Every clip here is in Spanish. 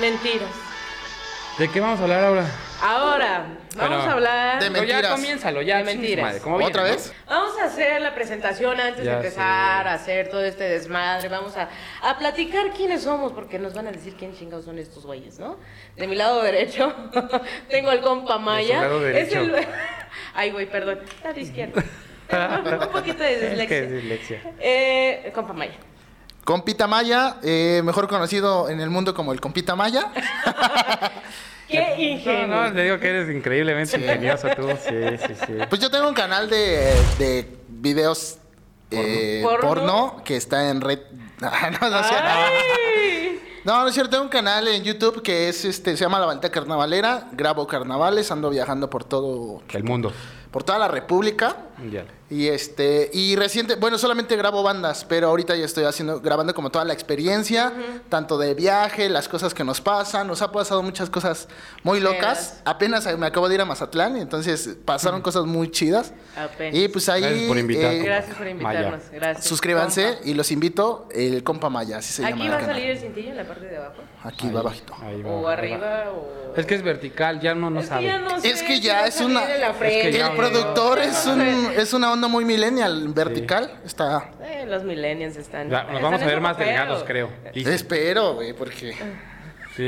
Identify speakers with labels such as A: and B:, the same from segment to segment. A: Mentiras.
B: ¿De qué vamos a hablar ahora?
A: Ahora, vamos
B: Pero-
A: a hablar.
B: Pero ya
C: mentiras.
B: comiénzalo, ya.
A: De
B: chingue su
A: mentiras.
B: madre, como viene,
C: ¿Otra
B: ¿no?
C: vez?
A: Vamos a hacer la presentación antes de
B: Ya
A: empezar
B: sé.
A: a hacer todo este desmadre. Vamos a, a platicar quiénes somos, porque nos van a decir quién chingados son estos güeyes, ¿no? De mi lado derecho tengo al compa Maya.
B: lado
A: Es el-
B: derecho.
A: Ay, güey, perdón. Lado izquierdo. Un poquito de
B: Es
A: dislexia.
B: que es dislexia.
A: Eh, compa Maya.
C: Compita Maya, eh, mejor conocido en el mundo como el Compita Maya.
A: Qué
B: No,
A: ingenio.
B: no, le digo que eres increíblemente ingenioso tú. Sí, sí, sí.
C: Pues yo tengo un canal de, de videos eh,
A: Porno.
C: porno. que está en red. No, no, no es cierto.
A: Ay.
C: No, no es cierto. Tengo un canal en YouTube que es este, se llama La Balta Carnavalera. Grabo carnavales, ando viajando por todo,
B: El mundo.
C: por toda la República.
B: Ya.
C: Y este, y reciente, bueno, solamente grabo bandas, pero ahorita ya estoy haciendo, grabando como toda la experiencia, tanto de viaje, las cosas que nos pasan, nos ha pasado muchas cosas muy locas.
A: Verás.
C: Apenas eh, me acabo de ir a Mazatlán, entonces pasaron cosas muy chidas.
A: Apenas.
C: Y pues ahí
B: Gracias por invitar,
C: eh,
B: compa.
A: Gracias por invitarnos.
B: Maya.
A: Gracias.
C: suscríbanse
A: compa.
C: y los invito, el compa Maya, así se llama.
A: Aquí
C: el
A: va a
C: canal.
A: salir el cintillo en la parte de abajo.
C: Aquí va bajito.
B: Ahí Ah, va,
A: O
B: ahí va.
A: arriba o.
B: Es que es vertical, ya no, no
A: Es que
B: sabe.
A: ya no sé
C: Es que
A: si
C: ya
A: va a
C: es
A: salir
C: una-
A: de la
C: es
A: frente.
B: que ya
C: El productor es,
A: No
C: un,
A: sé.
C: es una onda muy millennial, vertical. Está.
A: Eh, los millennials están.
B: Ya, Nos vamos a
A: están
B: ver
A: en
B: más
A: su papel.
B: delgados, creo. Y-
C: Espero, güey, porque.
B: Sí.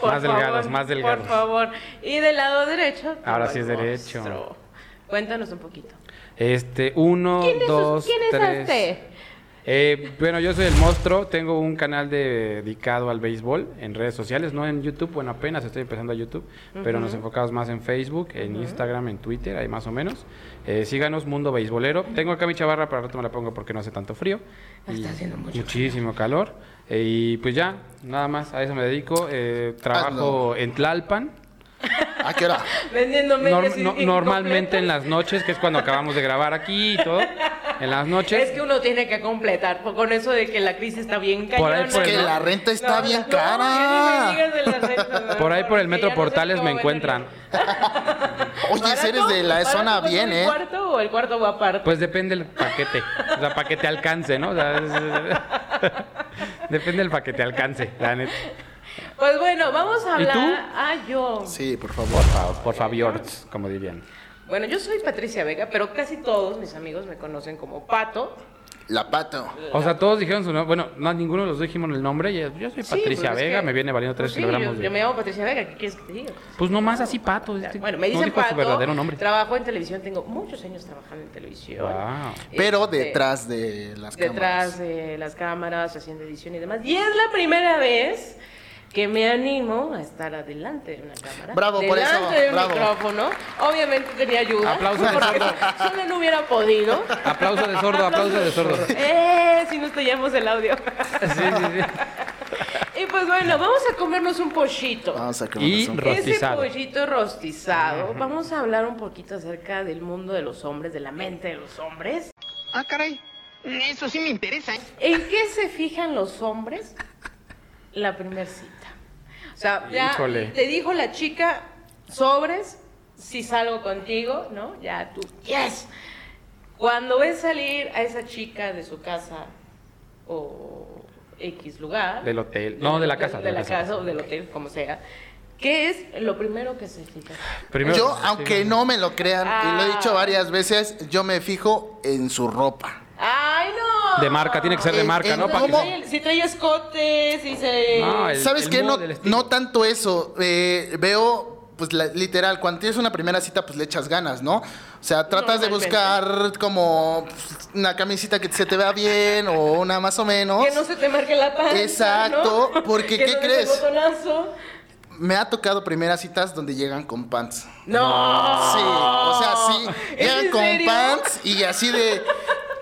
A: Por favor,
B: Más delgados, más
A: Por
B: delgados.
A: favor. Y del lado derecho.
B: Ahora
A: tengo
B: sí es
A: al
B: derecho.
A: monstruo. Cuéntanos un poquito.
B: Este, uno,
A: ¿Quién es,
B: dos,
A: ¿quién es
B: tres.
A: este?
B: Eh, bueno, yo soy el monstruo, tengo un canal de- dedicado al béisbol en redes sociales, no en YouTube, bueno, apenas estoy empezando a YouTube, pero nos enfocamos más en Facebook, en Instagram, en Twitter, ahí más o menos. Eh, síganos, Mundo Beisbolero. Tengo acá mi chavarra, para rato me la pongo porque no hace tanto frío.
A: Está haciendo mucho
B: Muchísimo calor. Eh, y pues ya, nada más, a eso me dedico. Eh, trabajo en Tlalpan,
C: ¿A qué hora?
A: Vendiendo medias
B: Norm-
A: y-
B: no-
A: y
B: normalmente en
A: completas.
B: las noches, que es cuando acabamos de grabar aquí y todo, en las noches.
A: Es que uno tiene que completar por- con eso de que la crisis está bien
B: Por ahí,
A: cañona.
B: por el-
C: Que
B: ¿no?
C: la renta está bien
A: no,
C: cara.
A: ya ni me digas de la renta, no,
B: Por ahí por el
A: porque
B: Metro
A: ya no sé
B: Portales
A: cómo
B: me
A: venir.
B: encuentran.
C: Oye, si eres de la
A: ¿Barato?
C: zona
A: ¿Barato
C: bien,
A: con el
C: ¿eh?
A: cuarto o el cuarto va aparte?
B: Pues depende el paquete, o sea, para que te alcance, ¿no? O sea, es- depende el paquete alcance, la neta.
A: Pues bueno, vamos a
B: ¿Y
A: hablar.
B: tú?
A: Ah, yo.
C: Sí, por favor.
B: Por favor, como dirían.
A: Bueno, yo soy Patricia Vega, pero casi todos mis amigos me conocen como Pato.
C: La pato.
B: O sea, todos dijeron su nombre. Bueno, no, ninguno de los dos dijimos el nombre. y Yo soy
A: Sí,
B: Patricia
A: pues es
B: Vega,
A: que-
B: me viene valiendo
A: pues
B: 3
A: sí,
B: kilogramos.
A: Yo,
B: de-
A: yo me llamo Patricia Vega, ¿qué quieres que te diga?
B: Pues nomás así, pato. este-
A: Bueno, me
B: no
A: dicen
B: dijo
A: Pato.
B: su verdadero nombre. Ah.
A: Trabajo en televisión, tengo muchos años trabajando en televisión.
B: Wow.
C: Pero
A: Este,
C: detrás de las
A: detrás
C: cámaras.
A: de las cámaras, haciendo edición y demás. Y es la primera vez que me animo a estar adelante de una cámara.
C: Bravo por eso,
A: delante de un
C: bravo.
A: micrófono. Obviamente tenía ayuda.
B: Aplausos de
A: porque
B: sordo.
A: Solo no hubiera podido.
B: Aplauso de sordo, aplauso de sordo. Sí,
A: Eh, si nos tallamos el audio.
B: sí, sí.
A: y pues bueno, vamos a comernos un pochito.
C: Vamos a
B: Y
C: comer
B: ro- Rostizado.
A: Ese pollito rostizado, vamos a hablar un poquito acerca del mundo de los hombres, de la mente de los hombres.
D: Ah, caray. Eso sí me interesa. ¿eh?
A: ¿En qué se fijan los hombres? La primer cita. O sea, ya
B: Híjole.
A: te dijo la chica sobres, si salgo contigo, ¿no? Ya tú, yes. Cuando ves salir a esa chica de su casa o X lugar.
B: Del hotel. No, de la casa,
A: De, la casa o del hotel, como sea. ¿Qué es lo primero que se fija?
B: Primero-
C: Yo,
B: sí,
C: aunque no me lo crean, y lo he
A: Ah.
C: dicho varias veces, yo me fijo en su ropa.
A: ¡Ay, no!
B: De marca, tiene que ser de
C: En-
B: marca,
C: en
B: ¿no? Para que
A: Si
C: cómo-
B: se-
A: trae- Si trae escote, si se...
B: No, Ah, el-
C: ¿Sabes
B: el
C: qué?
B: mood,
C: No,
B: el estilo.
C: no tanto eso. eh, veo, pues la- literal, cuando tienes una primera cita, pues le echas ganas, ¿no? O sea, tratas de
A: Normalmente.
C: buscar como pues, una camisita que se te vea bien o una más o menos.
A: Que no se te marque la panza.
C: Oh, Exacto,
A: ¿no?
C: porque
A: Que
C: ¿qué
A: no des
C: crees?
A: el botonazo.
C: Me ha tocado primeras citas donde llegan con pants.
A: No.
C: Sí, o sea, sí.
A: ¿Es
C: Llegan
A: Oh. en
C: con
A: serio?
C: pants y así de.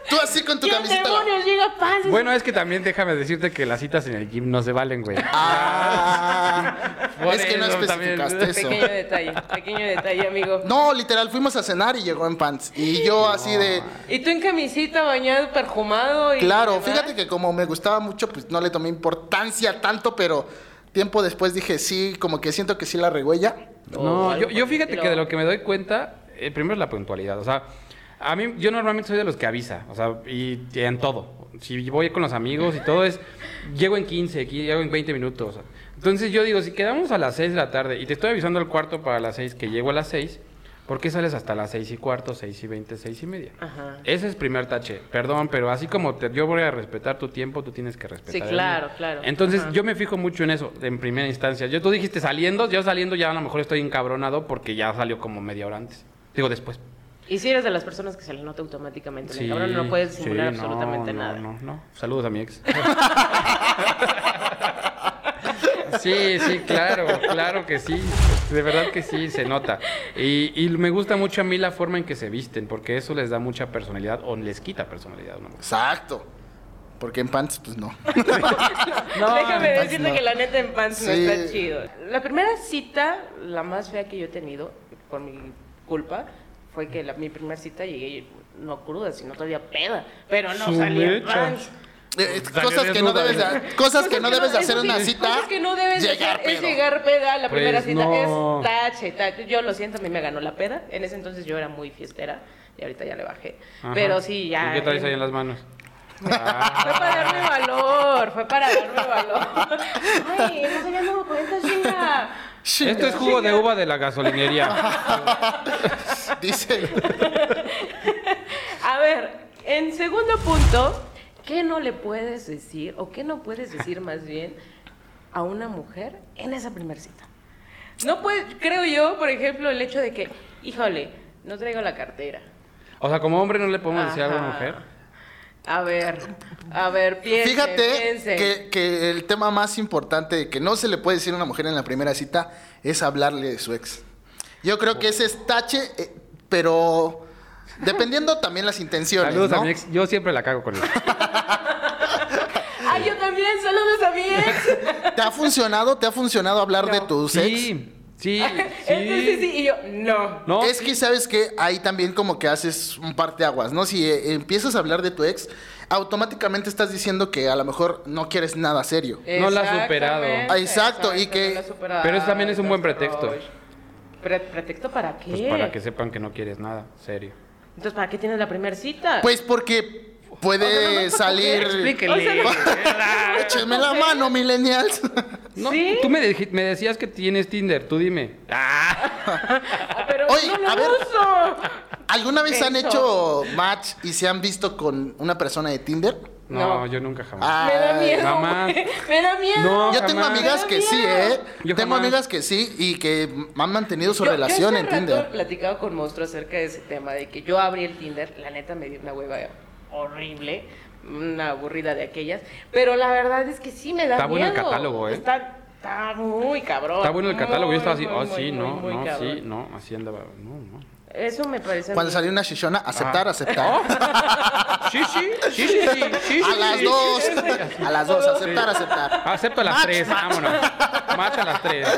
C: Tú así con tu
A: ¿Quién
C: camiseta.
A: demonios llega pants?
B: Bueno, es que también déjame decirte que las citas en el gym no se valen, güey.
C: Ah,
B: Por
C: es que no
B: eso también.
C: especificaste eso.
A: pequeño detalle, pequeño detalle, amigo.
C: No, literal, fuimos a cenar y llegó en pants. Y yo así de.
A: Y tú en camisita bañado, perfumado y
C: Claro,
A: demás?
C: fíjate que como me gustaba mucho, pues no le tomé importancia tanto, pero tiempo después dije sí, como que siento que sí la regüella.
A: O
B: No,
A: algo
B: yo,
A: por
B: yo
A: el
B: fíjate
A: estilo.
B: que de lo que me doy cuenta, eh, primero es la puntualidad. O sea, a mí, yo normalmente soy de los que avisa, o sea, y, y en todo. si voy con los amigos y todo es, llego en 15, aquí llego en 20 minutos. Entonces yo digo, si quedamos a las 6 de la tarde y te estoy avisando al cuarto para las 6 que llego a las 6, ¿por qué sales hasta las 6 y cuarto, 6 y 20, 6 y media?
A: Ajá.
B: Ese es primer tache. Perdón, pero así como te- yo voy a respetar tu tiempo, tú tienes que respetar.
A: Sí,
B: el
A: claro,
B: mío.
A: claro.
B: Entonces,
A: Ajá.
B: yo me fijo mucho en eso, en primera instancia. Yo tú dijiste saliendo, yo saliendo ya a lo mejor estoy encabronado porque ya salió como media hora antes. Digo, después.
A: Y si eres de las personas que se le nota automáticamente, Pues el cabrón no puedes
B: sí,
A: simular
B: no,
A: absolutamente
B: no,
A: nada.
B: No, no. Saludos a mi ex. Sí, sí, claro, claro que sí. De verdad que sí, se nota. Y, y me gusta mucho a mí la forma en que se visten, porque eso les da mucha personalidad o les quita personalidad. a una mujer.
C: Exacto. Porque en pants, pues no.
A: Déjame
C: en pants
A: decirte
C: no.
A: que la neta en pants no
C: Sí.
A: está chido. La primera cita, la más fea que yo he tenido, por mi culpa, fue que la- mi primera cita llegué no cruda, sino todavía peda. Pero no
B: Su
A: salí en
B: mecha.
A: pants.
C: Eh, es-
B: Salió
C: cosas que no
B: desnuda,
C: debes de,
B: ¿eh?
C: cosas que no debes de hacer en
A: eso
C: una
A: sí,
C: cita.
A: Cosas que no debes de
C: llegar
A: hacer es
C: pedo.
A: llegar peda. La
B: Pues
A: primera cita
B: no.
A: es tache, tache. Yo lo siento, a mí me ganó la peda. En ese entonces yo era muy fiestera y ahorita ya le bajé.
B: Ajá.
A: Pero sí, ya. eh.
B: ¿Y qué traes ahí en las manos? Ah.
A: Fue para darme valor, fue para darme valor. Ay, no se dado cuenta, chinga.
C: Chinga,
B: Esto es jugo de uva de la gasolinería.
C: Dice.
A: A ver, en segundo punto, ¿qué no le puedes decir o qué no puedes decir más bien a una mujer en esa primera cita? No puedes, creo yo, por ejemplo, el hecho de que, híjole, no traigo la cartera.
B: O sea, como hombre no le podemos decir algo a una
A: Ajá.
B: mujer.
A: A ver, a ver, piense,
C: Fíjate
A: piense.
C: que, que el tema más importante que no se le puede decir a una mujer en la primera cita es hablarle de su ex. Yo creo que ese es tache, eh, pero dependiendo también las intenciones.
B: Saludos a
C: ¿no?
B: mi ex. Yo siempre la cago con él.
A: Ay, yo también, saludos a mi ex.
C: ¿Te ha funcionado? ¿Te ha funcionado hablar de
A: No.
C: tus ex?
B: Sí, sí,
A: Entonces,
B: sí.
A: sí, y yo, no.
B: No,
C: Es que sabes que ahí también como que haces un parteaguas, ¿no? Si eh, empiezas a hablar de tu ex, automáticamente estás diciendo que a lo mejor no quieres nada serio.
A: Eh,
B: No la has superado.
A: Exactamente,
C: Exacto, y que-
A: no la has superado,
B: Pero eso también es un buen
A: entonces,
B: pretexto.
A: Roy. Pre- ¿Pretexto para qué?
B: pues para que sepan que no quieres nada, serio.
A: Entonces, ¿para qué tienes la primera cita?
C: Pues porque
A: O sea,
C: puede
A: nomás para
C: salir...
A: coger.
B: Explíquele.
A: O sea, no-
C: Échenme la mano, millennials.
B: No,
A: ¿Sí?
B: tú me, deji- me decías que tienes Tinder, tú dime.
A: Ah, Pero
C: Oye,
A: no lo
C: a ver.
A: uso.
C: ¿Alguna vez han
A: Eso.
C: hecho match y se han visto con una persona de Tinder?
B: No,
A: No.
B: yo nunca jamás.
C: Ah,
A: Me da miedo.
B: jamás.
A: güey. Me da miedo.
B: No,
C: Yo
B: jamás.
C: tengo amigas que sí, ¿eh?
B: Yo
C: tengo
B: jamás.
C: amigas que sí y que han mantenido su
A: Yo-
C: relación
A: yo hace
C: en
A: rato
C: Tinder.
A: he platicado con Monstruo acerca de ese tema, de que yo abrí el Tinder, la neta me dio una hueva horrible, una aburrida de aquellas, pero la verdad es que sí me da
B: Está
A: miedo.
B: bueno el catálogo, ¿eh?
A: Está, está muy cabrón.
B: Está bueno el catálogo, yo estaba así,
A: Muy,
B: oh,
A: muy,
B: sí,
A: muy,
B: no,
A: muy
B: no,
A: cabrón.
B: sí, no, así andaba, no, no.
A: Eso me parece...
C: Cuando
A: muy-
C: salió una shishona, aceptar,
B: Ah.
C: aceptar.
A: Oh,
B: Sí, sí, sí, sí, sí, sí,
C: A
B: sí,
C: las
B: sí.
C: dos. A las dos, aceptar,
B: Sí.
C: aceptar.
B: Acepto a las tres, vámonos. Mata a las tres.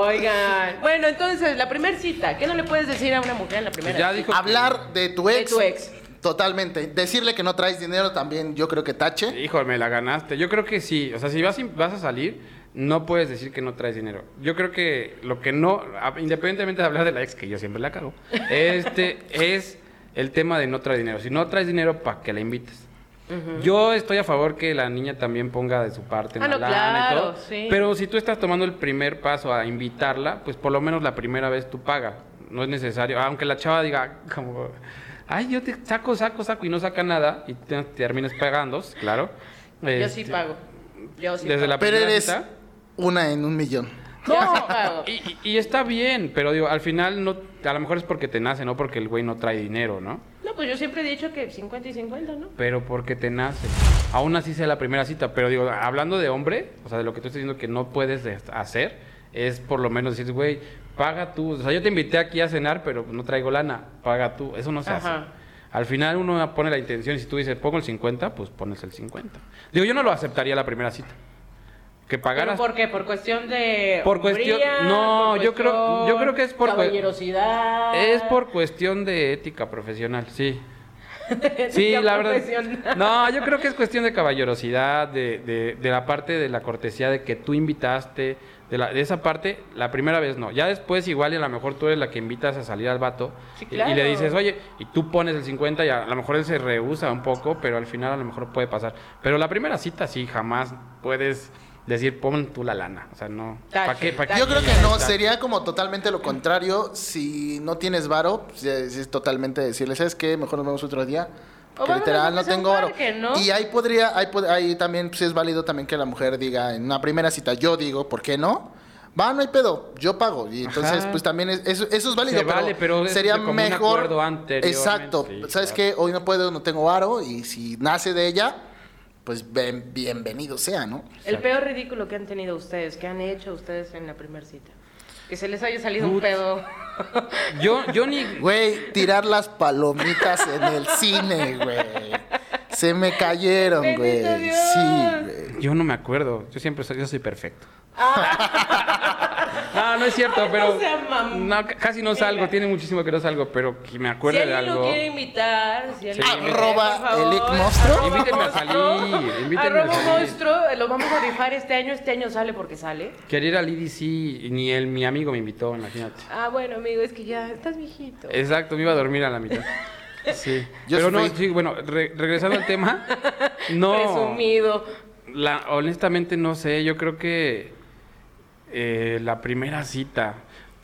A: Oigan. Bueno, entonces, la primera cita, ¿qué no le puedes decir a una mujer en la primera
B: Pues ya
A: cita?
B: dijo. que-
C: Hablar de tu
A: De
C: ex.
A: tu ex.
C: Totalmente. Decirle que no traes dinero también, yo creo que tache.
B: Híjole, me la ganaste. Yo creo que sí. O sea, si vas, vas a salir, no puedes decir que no traes dinero. Yo creo que lo que no, a- independientemente de hablar de la ex, que yo siempre la cago, este es el tema de no traer dinero. Si no traes dinero, ¿para que la invites? Yo estoy a favor que la niña también ponga de su parte en
A: Ah,
B: la
A: no,
B: lana
A: claro,
B: y todo.
A: sí.
B: Pero si tú estás tomando el primer paso a invitarla, pues por lo menos la primera vez tú paga. No es necesario. Aunque la chava diga como, ay, yo te saco, saco, saco y no saca nada y te, terminas pagando, claro.
A: Yo
B: Este,
A: sí pago. Yo sí
B: Desde
A: pago.
B: la
C: Pero
B: primera
C: eres
B: cita.
C: una en un millón.
A: Yo sí pago.
B: Y, y- y está bien, pero digo, al final no, a lo mejor es porque te nace, no porque el güey no trae dinero, ¿no?
A: No, pues yo siempre he dicho que 50 y 50, ¿no?
B: pero porque te nace. Aún así sea la primera cita, pero digo, hablando de hombre, o sea, de lo que tú estás diciendo que no puedes de- hacer, es por lo menos decir, güey, paga tú. O sea, yo te invité aquí a cenar, pero no traigo lana, paga tú. Eso no se
A: Ajá.
B: hace. Al final uno pone la intención y si tú dices, pongo el 50, pues pones el 50. Digo, yo no lo aceptaría la primera cita. Que
A: ¿Pero
B: pagaras...
A: por qué? ¿Por cuestión de
B: Por cuestión-
A: hombría?
B: no,
A: ¿Por
B: yo creo-
A: cuestión
B: yo creo que es por-
A: caballerosidad
B: Es por cuestión de ética profesional, sí. Sí,
A: Ética
B: la verdad.
A: profesional.
B: No, yo creo que es cuestión de caballerosidad, de, de- de la parte de la cortesía de que tú invitaste, de, la- de esa parte, la primera vez no. Ya después igual y a lo mejor tú eres la que invitas a salir al vato
A: Sí,
B: y- y,
A: claro.
B: le dices, oye, y tú pones el 50 y a lo mejor él se rehúsa un poco, pero al final a lo mejor puede pasar. Pero la primera cita sí, jamás puedes decir, pon tú la lana. O sea, no.
A: Tache,
B: ¿Para qué? ¿Pa' qué?
A: tache.
C: Yo creo que no,
B: Tache.
C: sería como totalmente lo contrario. Si no tienes varo, pues, es, es totalmente decirle, ¿sabes qué? Mejor nos vemos otro día.
A: O
C: porque
A: vámonos,
C: literal, no
A: aunque sea un
C: tengo varo.
A: parque, ¿no?
C: Y ahí podría, ahí, pod- ahí también pues, es válido también que la mujer diga en una primera cita, yo digo, ¿por qué no? Va, no hay pedo, yo pago. Y entonces,
B: Ajá.
C: pues también es- eso, eso es válido.
B: Se vale, pero es
C: sería
B: como un
C: mejor.
B: acuerdo anteriormente,
C: Exacto.
B: sí,
C: ¿Sabes
B: claro.
C: qué? Hoy no puedo, no tengo varo. Y si nace de ella, pues ben- bienvenido sea, ¿no?
A: El peor ridículo que han tenido ustedes, que han hecho ustedes en la primera cita. Que se les haya salido un
B: Uts.
A: pedo.
B: Yo, yo ni,
C: Güey, tirar las palomitas en el cine, güey. Se me cayeron,
A: Bendito
C: güey.
A: Dios.
C: Sí, güey.
B: Yo no me acuerdo. Yo siempre soy, yo soy perfecto.
A: Ah,
B: Ah, no, no es cierto,
A: Ay, no
B: pero.
A: sea mamón.
B: no, ca- casi no salgo.
A: Mira.
B: Tiene muchísimo que no salgo, pero que me
A: Si
B: acuerde de
A: alguien lo
B: algo.
A: quiere invitar, si alguien
B: Sí.
A: lo quiere,
C: Arroba
A: por favor,
C: el ic monstruo.
A: arroba
B: Invítenme a
A: monstruo,
B: salir, invítenme a
A: Arroba
B: salir.
A: monstruo, eh, lo vamos a rifar este año. Este año sale porque sale.
B: Quería ir al IDC y ni él, mi amigo me invitó, imagínate.
A: Ah, bueno, amigo, es que ya estás viejito.
B: Exacto, me iba a dormir a la mitad. Sí.
C: Yo
B: pero no,
C: fui.
B: sí, bueno, re- regresando al tema. No.
A: Presumido.
B: La, honestamente no sé, yo creo que eh, la primera cita,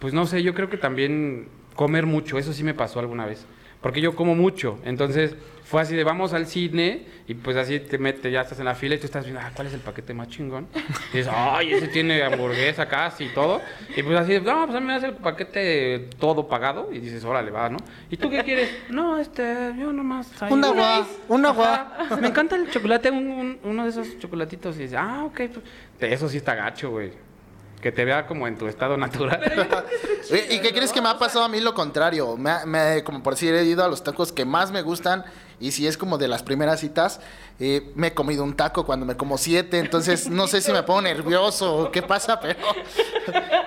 B: pues no sé, yo creo que también comer mucho, eso sí me pasó alguna vez, porque yo como mucho, entonces fue así de vamos al cine y pues así te mete, ya estás en la fila y tú estás viendo, ah, ¿cuál es el paquete más chingón? Y dices, ay, ese tiene hamburguesa casi y todo, y pues así, de, no, pues a mí me hace el paquete todo pagado y dices, órale, va, ¿no? ¿Y tú qué quieres? No, este, yo nomás... ahí
C: Un agua, un agua.
B: Ajá. Me encanta el chocolate, un- un- uno de esos chocolatitos. Y dice, ah, ok. pues, te- Eso sí está gacho, güey. Que te vea como en tu estado natural.
C: Oye, ¿Y qué crees que me ha pasado a mí lo contrario? Me, ha- me- como por decir, he ido a los tacos que más me gustan y si es como de las primeras citas, eh, me he comido un taco cuando me como siete, entonces no sé si me pongo nervioso o qué pasa, pero,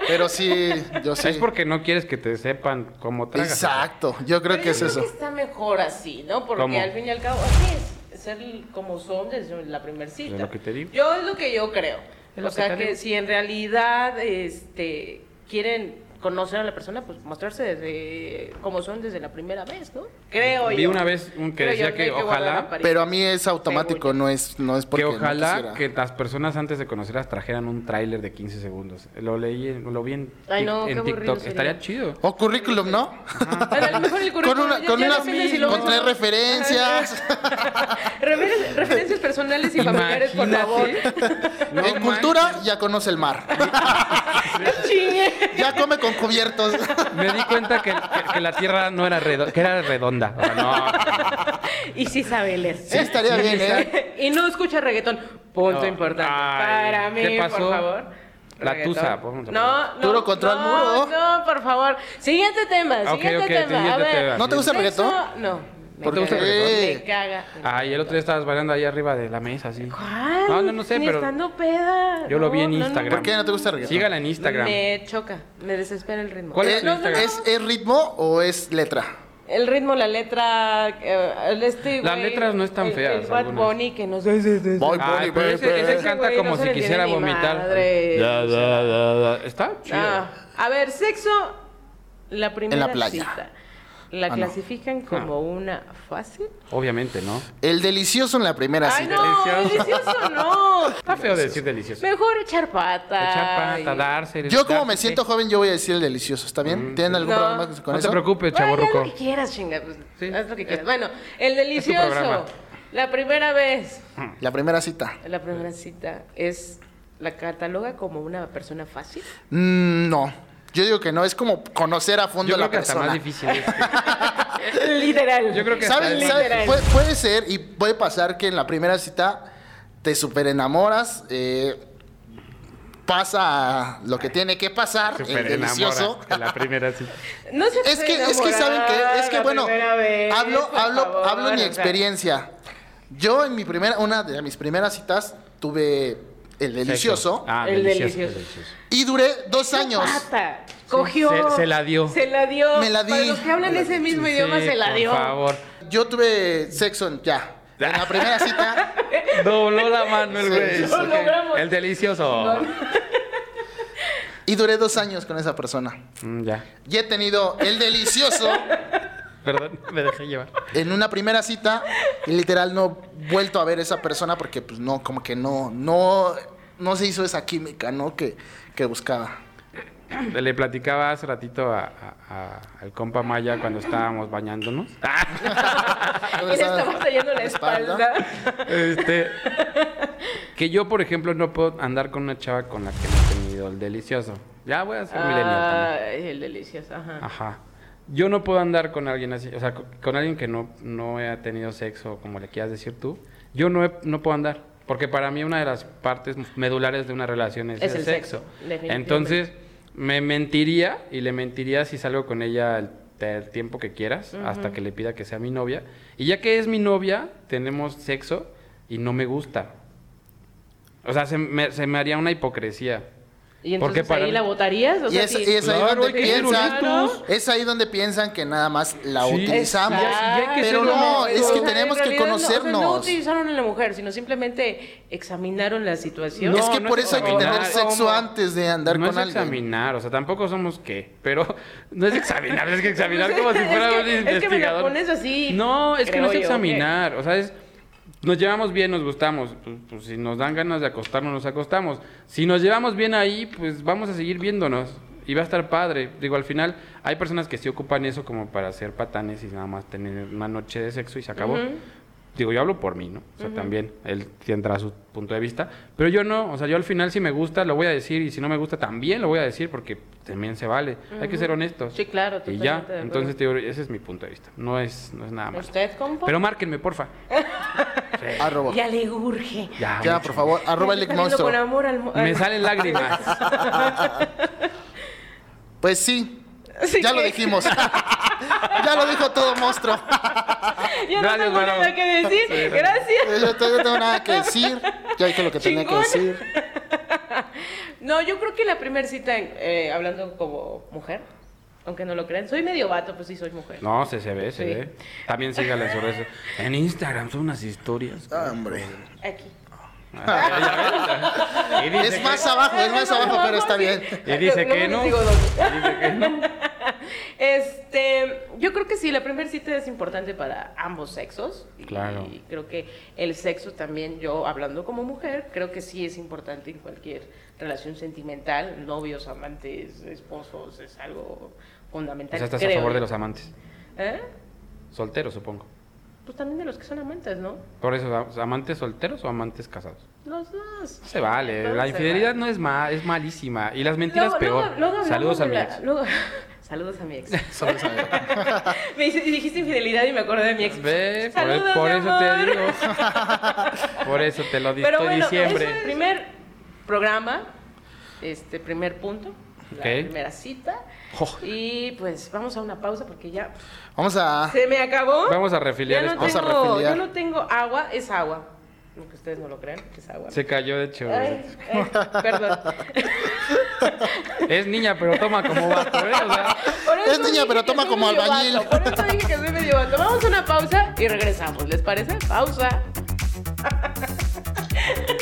C: pero sí, yo sí.
B: Es porque no quieres que te sepan cómo tragas.
C: Exacto, yo creo
A: Pero
C: que es
A: yo
C: eso.
A: que está mejor así, ¿no? Porque
B: ¿Cómo?
A: al fin y al cabo, así es. Ser como son desde la primer cita.
B: Es lo que te digo.
A: Yo es lo que yo creo.
B: Es
A: O
B: lo que
A: sea,
B: te
A: que
B: digo.
A: si en realidad este, quieren conocer a la persona, pues mostrarse desde como son desde la primera vez, ¿no? Creo
B: Vi
A: yo.
B: una vez un que
A: Creo
B: decía
A: yo
B: que
A: hay guardar
B: ojalá-
A: la parita.
C: Pero a mí es automático,
A: Según yo.
C: no es, no es porque
B: que
C: no
B: ojalá
C: quisiera.
B: que las personas antes de conocerlas trajeran un tráiler de 15 segundos. Lo leí, en- lo vi en,
A: Ay,
B: tic-
A: no, qué
B: en
A: aburrido
B: TikTok.
A: sería.
B: Estaría chido.
C: O currículum, ¿no?
A: Bueno, a lo mejor el
C: Con
A: currículum,
C: una,
A: ya-
C: con
A: ya
C: una-
A: depende si lo
C: con
A: vemos-
C: tres referencias.
A: Refer- Referencias personales y familiares, por favor.
B: No
C: en cultura
B: manches.
C: ya conoce el mar.
A: Chingue.
C: Ya come con cubiertos.
B: Me di cuenta que, que- que la tierra no era redonda, que era redonda. O sea, no.
A: Y sí sabe leer.
C: Sí, estaría bien, ¿eh?
A: y no escucha reggaetón. Punto
B: No.
A: importante.
B: Ay,
A: Para mí,
B: ¿qué pasó?
A: por favor.
B: La
A: Reggaetón.
B: tusa, vamos a
A: No, no.
C: Duro contra el
A: no,
C: muro.
A: No, por favor. Siguiente tema,
B: Ah, ok,
A: siguiente
B: ok,
A: tema.
B: siguiente
A: a ver.
B: tema.
C: ¿No te gusta el
A: ¿Sexo?
C: reggaetón?
A: No.
B: ¿No te gusta el
C: reggaetón?
A: Me caga.
B: Ay, el otro día estabas bailando ahí arriba de la mesa, así.
A: ¿Cuál?
B: No, no, no sé,
A: Ni
B: pero.
A: estando peda.
B: Yo lo vi en
A: No, no, no.
B: Instagram.
C: ¿Por qué no te gusta el reggaetón?
B: Sígala en Instagram.
A: Me choca, me desespera el ritmo.
B: ¿Cuál
C: ¿Eh,
B: es tu
A: No, no, no.
B: Instagram?
C: ¿Es, es ritmo o es letra?
A: El ritmo, la letra, eh, el este,
B: Las
A: güey,
B: letras no están
A: el-
B: feas,
A: El Bad
B: algunas.
A: Bunny que no sé.
C: Voy,
B: Ay,
C: voy,
B: pero
C: voy,
B: ese, ese
C: voy.
B: canta
A: güey no
B: como
A: se
B: si
A: le
B: quisiera
A: entiende ni
B: vomitar.
A: madre.
B: Da, da, da, da. Está chido.
A: Ah, a ver, sexo, la primera
C: En la playa.
A: cita. ¿La
C: Ah, no.
A: clasifican como una fase?
B: Obviamente, ¿no?
C: El delicioso en la primera
A: Ay,
C: cita.
A: no,
B: Delicioso.
A: delicioso no.
B: Está feo decir delicioso.
A: Mejor echar pata.
B: Echar pata,
A: y-
B: darse.
C: Yo como me
B: darse.
C: siento joven, yo voy a decir el delicioso, ¿está bien? ¿Tienen algún
A: No.
C: problema con
B: Mm. No
C: eso?
B: te preocupes,
A: Bueno, haz lo
B: chaborruco.
A: que quieras, chinga. pues,
B: Sí.
A: Haz lo que quieras. Bueno, el
B: tu programa.
A: delicioso, la primera vez.
C: La primera cita.
A: La primera cita es la cataloga como una persona fácil.
C: Mm, no. Yo digo que no, es como conocer a fondo
B: Yo
C: a la
B: creo que hasta
C: persona.
B: más difícil. es.
A: Literal.
B: Yo creo que hasta
C: ¿Saben?
B: es-
C: saben, Pues,
A: Literal.
C: Puede, puede ser y puede pasar que en la primera cita te superenamoras, eh, pasa lo que tiene que pasar, el
B: Súper
C: delicioso.
B: enamora en la primera cita.
A: No se
C: Es que,
A: puede
C: es que saben que, es que
A: enamorar
C: bueno,
A: la primera vez,
C: hablo,
A: por
C: hablo,
A: favor,
C: hablo en mi
A: o sea,
C: experiencia. Yo en mi primera, una de mis primeras citas tuve el delicioso
B: Ah,
A: El
B: delicioso.
A: delicioso.
B: delicioso.
C: y duré dos
A: echar
C: años.
A: pata. Cogió.
B: Se- se la dio.
A: Se la dio.
C: Me la di.
A: Para los que hablan
C: Me la
A: ese
C: di.
A: mismo idioma,
B: Sí,
A: se la dio.
B: Por favor.
C: Yo tuve sexo en- ya. En la primera cita.
B: Dobló la mano el
C: Sí,
B: güey.
C: lo
B: Ok.
A: logramos.
B: El delicioso.
C: Y duré dos años con esa persona.
B: Mm, ya.
C: Y he tenido el delicioso
B: Perdón, me dejé llevar.
C: en una primera cita y literal no he vuelto a ver a esa persona porque pues no, como que no, no, no se hizo esa química, ¿no? Que, que buscaba.
B: Le platicaba hace ratito a- a- a- al compa Maya cuando estábamos bañándonos.
A: Y Ah, le estaba saliendo la espalda.
B: Este, que yo, por ejemplo, no puedo andar con una chava con la que no he tenido el delicioso. Ya voy a ser millennial
A: Ah.
B: también. Ah,
A: Ay, el delicioso, ajá.
B: Ajá. Yo no puedo andar con alguien así, o sea, co- con, alguien que no, no haya tenido sexo, como le quieras decir tú. Yo no, he- no puedo andar, porque para mí una de las partes medulares de una relación es,
A: Es
B: el,
A: el
B: sexo.
A: sexo, definitivamente.
B: Entonces, me mentiría y le mentiría si salgo con ella el, el tiempo que quieras, hasta que le pida que sea mi novia. Y ya que es mi novia, tenemos sexo y no me gusta. O sea, se me, se me haría una hipocresía.
A: Y
B: Porque
A: entonces
B: para
A: ahí
B: mí-
A: la votarías. O
C: Y
A: sea,
C: es-
A: sí.
C: y es ahí
B: Claro,
C: donde
B: hay que ser
C: piensan.
B: honestos.
C: Es ahí donde piensan que nada más la
B: Sí.
C: utilizamos.
B: Exacto. Ya- ya que
C: pero
B: sea lo
C: no,
B: mismo.
C: es que
B: O sea,
C: tenemos
A: en
C: que
A: realidad no, o sea,
C: conocernos.
A: No, utilizaron a la mujer, sino simplemente examinaron la situación.
B: No,
C: es que
B: no
C: por
B: es
C: eso hay que
B: examinar,
C: tener
B: es
C: sexo
B: como-
C: antes de andar
B: no
C: con
B: es
C: alguien.
B: examinar, o sea, tampoco somos qué, pero no es examinar, es que examinar como si fuera
A: Es que-
B: un
A: es que me la
B: investigador.
A: pones así,
B: No, es que no es
A: creo yo,
B: examinar, o sea, es nos llevamos bien, nos gustamos, pues, pues, si nos dan ganas de acostarnos, nos acostamos. Si nos llevamos bien ahí, pues vamos a seguir viéndonos y va a estar padre. Digo, al final hay personas que sí ocupan eso como para ser patanes y nada más tener una noche de sexo y se acabó. Digo, yo hablo por mí, ¿no? O sea, también él tendrá su punto de vista. Pero yo no, o sea, yo al final si me gusta lo voy a decir y si no me gusta también lo voy a decir porque también se vale. Hay que ser honestos.
A: Sí, claro,
B: Y
A: totalmente de
B: ya,
A: acuerdo.
B: entonces te digo, ese es mi punto de vista. No es, no es nada más.
A: ¿Usted, compa?
B: Pero márquenme, porfa. Sí.
C: Arroba.
A: Ya le urge.
B: Ya,
C: Ya,
B: mucho.
C: por favor, arroba
A: Ya
C: el
A: está saliendo
C: monstruo.
A: con amor al mo-
B: Me
A: al-
B: salen lágrimas.
C: Pues sí.
A: Así
C: ya lo
A: que-
C: dijimos. ya lo dijo todo monstruo.
A: Ya no
B: Gracias,
A: tengo
B: Manolo.
A: nada que decir.
B: Sí,
A: Gracias.
C: Yo no tengo nada que decir. Ya dije lo que tenía que
A: Chingón.
C: decir.
A: No, yo creo que la primera cita, eh, hablando como mujer, aunque no lo crean, soy medio vato, pues sí soy mujer.
B: No, se, se ve, se
A: Sí.
B: ve. También síganla en sus redes. En Instagram son unas historias.
C: Ah, Hombre.
A: Aquí.
B: Y dice
C: Es
B: que-
C: más abajo, es más abajo, pero está bien.
B: Y
A: No,
B: dice
A: no
B: que
A: les
B: no.
A: digo dónde.
B: Y dice que no.
A: Este, yo creo que sí, la primera cita es importante para ambos sexos. Y-
B: Claro.
A: Y creo que el sexo también, yo hablando como mujer, creo que sí es importante en cualquier relación sentimental, novios, amantes, esposos, es algo
B: O
A: fundamental.
B: sea, estás a
A: creo
B: favor
A: yo.
B: de los amantes.
A: ¿Eh?
B: Solteros, supongo.
A: Pues también de los que son amantes, ¿no?
B: Por eso, ¿amantes solteros o amantes casados?
A: Los dos.
B: Se vale.
A: Todo
B: la
A: se
B: infidelidad
A: vale.
B: no es ma es malísima. Y las mentiras
A: Luego-
B: peor.
A: luego- luego hablamos
B: Saludos a
A: de
B: mi
A: la-
B: ex.
A: luego- Saludos a mi ex.
C: Solo sabe.
A: Me dice- dijiste infidelidad y me acordé de mi ex.
B: Ve, por, e-
A: Saludos,
B: por
A: mi
B: eso te
A: amor.
B: digo. Por eso te lo dije
A: Pero bueno,
B: diciembre.
A: eso es primer programa, este primer punto, la
B: Ok.
A: primera cita.
B: Jo.
A: Y pues vamos a una pausa porque ya
C: Vamos a.
A: se me acabó.
B: Vamos a refiliar
A: Ya no
B: esto.
C: Vamos a
A: tengo-
C: refiliar.
A: Yo no tengo agua, es agua. Aunque ustedes no lo crean, es agua.
B: Se cayó, de hecho.
A: Ay, ay, perdón.
B: Es niña, pero toma como vato, ¿eh? O sea,
A: Por eso
C: Es niña,
A: dije
C: pero
A: que
C: toma
A: soy
C: como
A: medio
C: albañil.
A: vato, Por eso dije que soy medio vato. Vamos a una pausa y regresamos. ¿Les parece? Pausa.